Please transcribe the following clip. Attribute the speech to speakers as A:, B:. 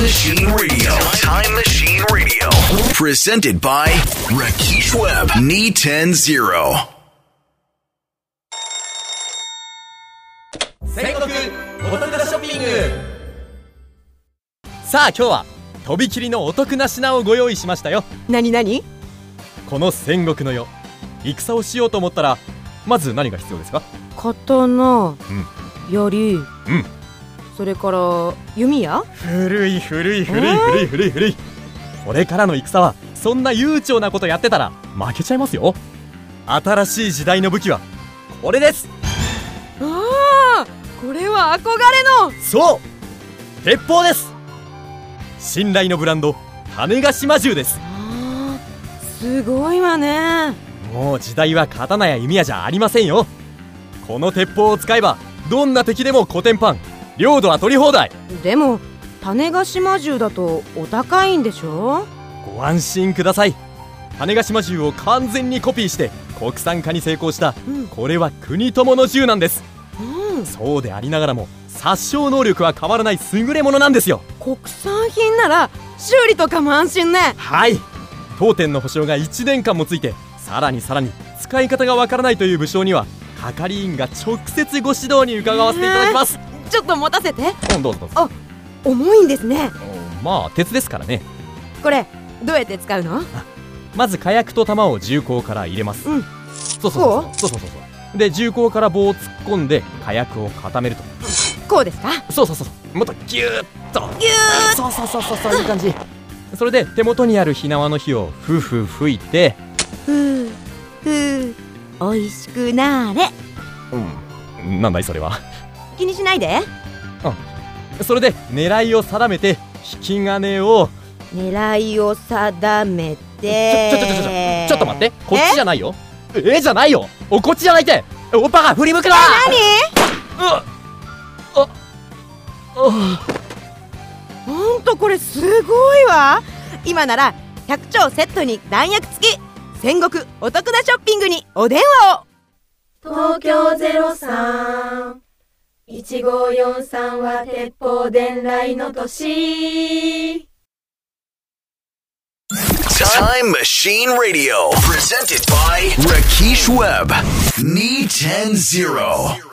A: Machine Radio. Time Machine Radio. Presented by Rakesh Webb. E Knee 10 0.
B: 全国お得なショッピングさあ今日はとびきりのお得な品をご用意しましたよ
C: 何何
B: この戦国の世戦をしようと思ったらまず何が必要ですか
C: 刀、
B: う
C: 槍、それから弓矢
B: 古い古い古い古い古い古いこれからの戦はそんな悠長なことやってたら負けちゃいますよ新しい時代の武器はこれです
C: ああこれは憧れの
B: そう鉄砲です信頼のブランド種ヶ島銃です
C: あーすごいわね
B: もう時代は刀や弓矢じゃありませんよこの鉄砲を使えばどんな敵でもコテンパン領土は取り放題
C: でも種ヶ島銃だとお高いんでしょ
B: ご安心ください種ヶ島銃を完全にコピーして国産化に成功した
C: うん
B: これは国友の銃なんです
C: うん
B: そうでありながらも殺傷能力は変わらない優れものなんですよ
C: 国産品なら修理とかも安心ね
B: はい当店の保証が1年間もついてさらにさらに使い方がわからないという武将には係員が直接ご指導に伺わせていただきます、
C: ちょっと持たせて
B: うんどうぞどうぞ
C: 重いんですね
B: まあ鉄ですからね
C: これどうやって使うの
B: まず火薬と弾を銃口から入れます、
C: うん
B: そうそうそうそうそうそうそうそうで銃口から棒を突っ込んで火薬を固めると
C: こうですか
B: そうそうそうそうもっとギューッとギューッそうそうそうそうそういう感じそれで手元にある火縄の火をふうふう吹いて
C: ふうふうおいしくなーれ
B: うんなんだいそれは
C: 気にしないで
B: それで狙いを定めて引き金を
C: 狙いを定め
B: ち
C: て
B: ょちょちょちょちょっと待ってこっちじ
C: ゃ
B: ゃないよえじゃないよおこっちじゃないっておバカ振り向くな何うっああ
C: ほんとこれすごいわ今なら100兆セットに弾薬付き戦国お得なショッピングにお電話を
D: 東京ゼロ三一五四三は鉄砲伝来の年。
A: Time Machine E Radio. Presented by Rakesh Webb. Knee 10 0.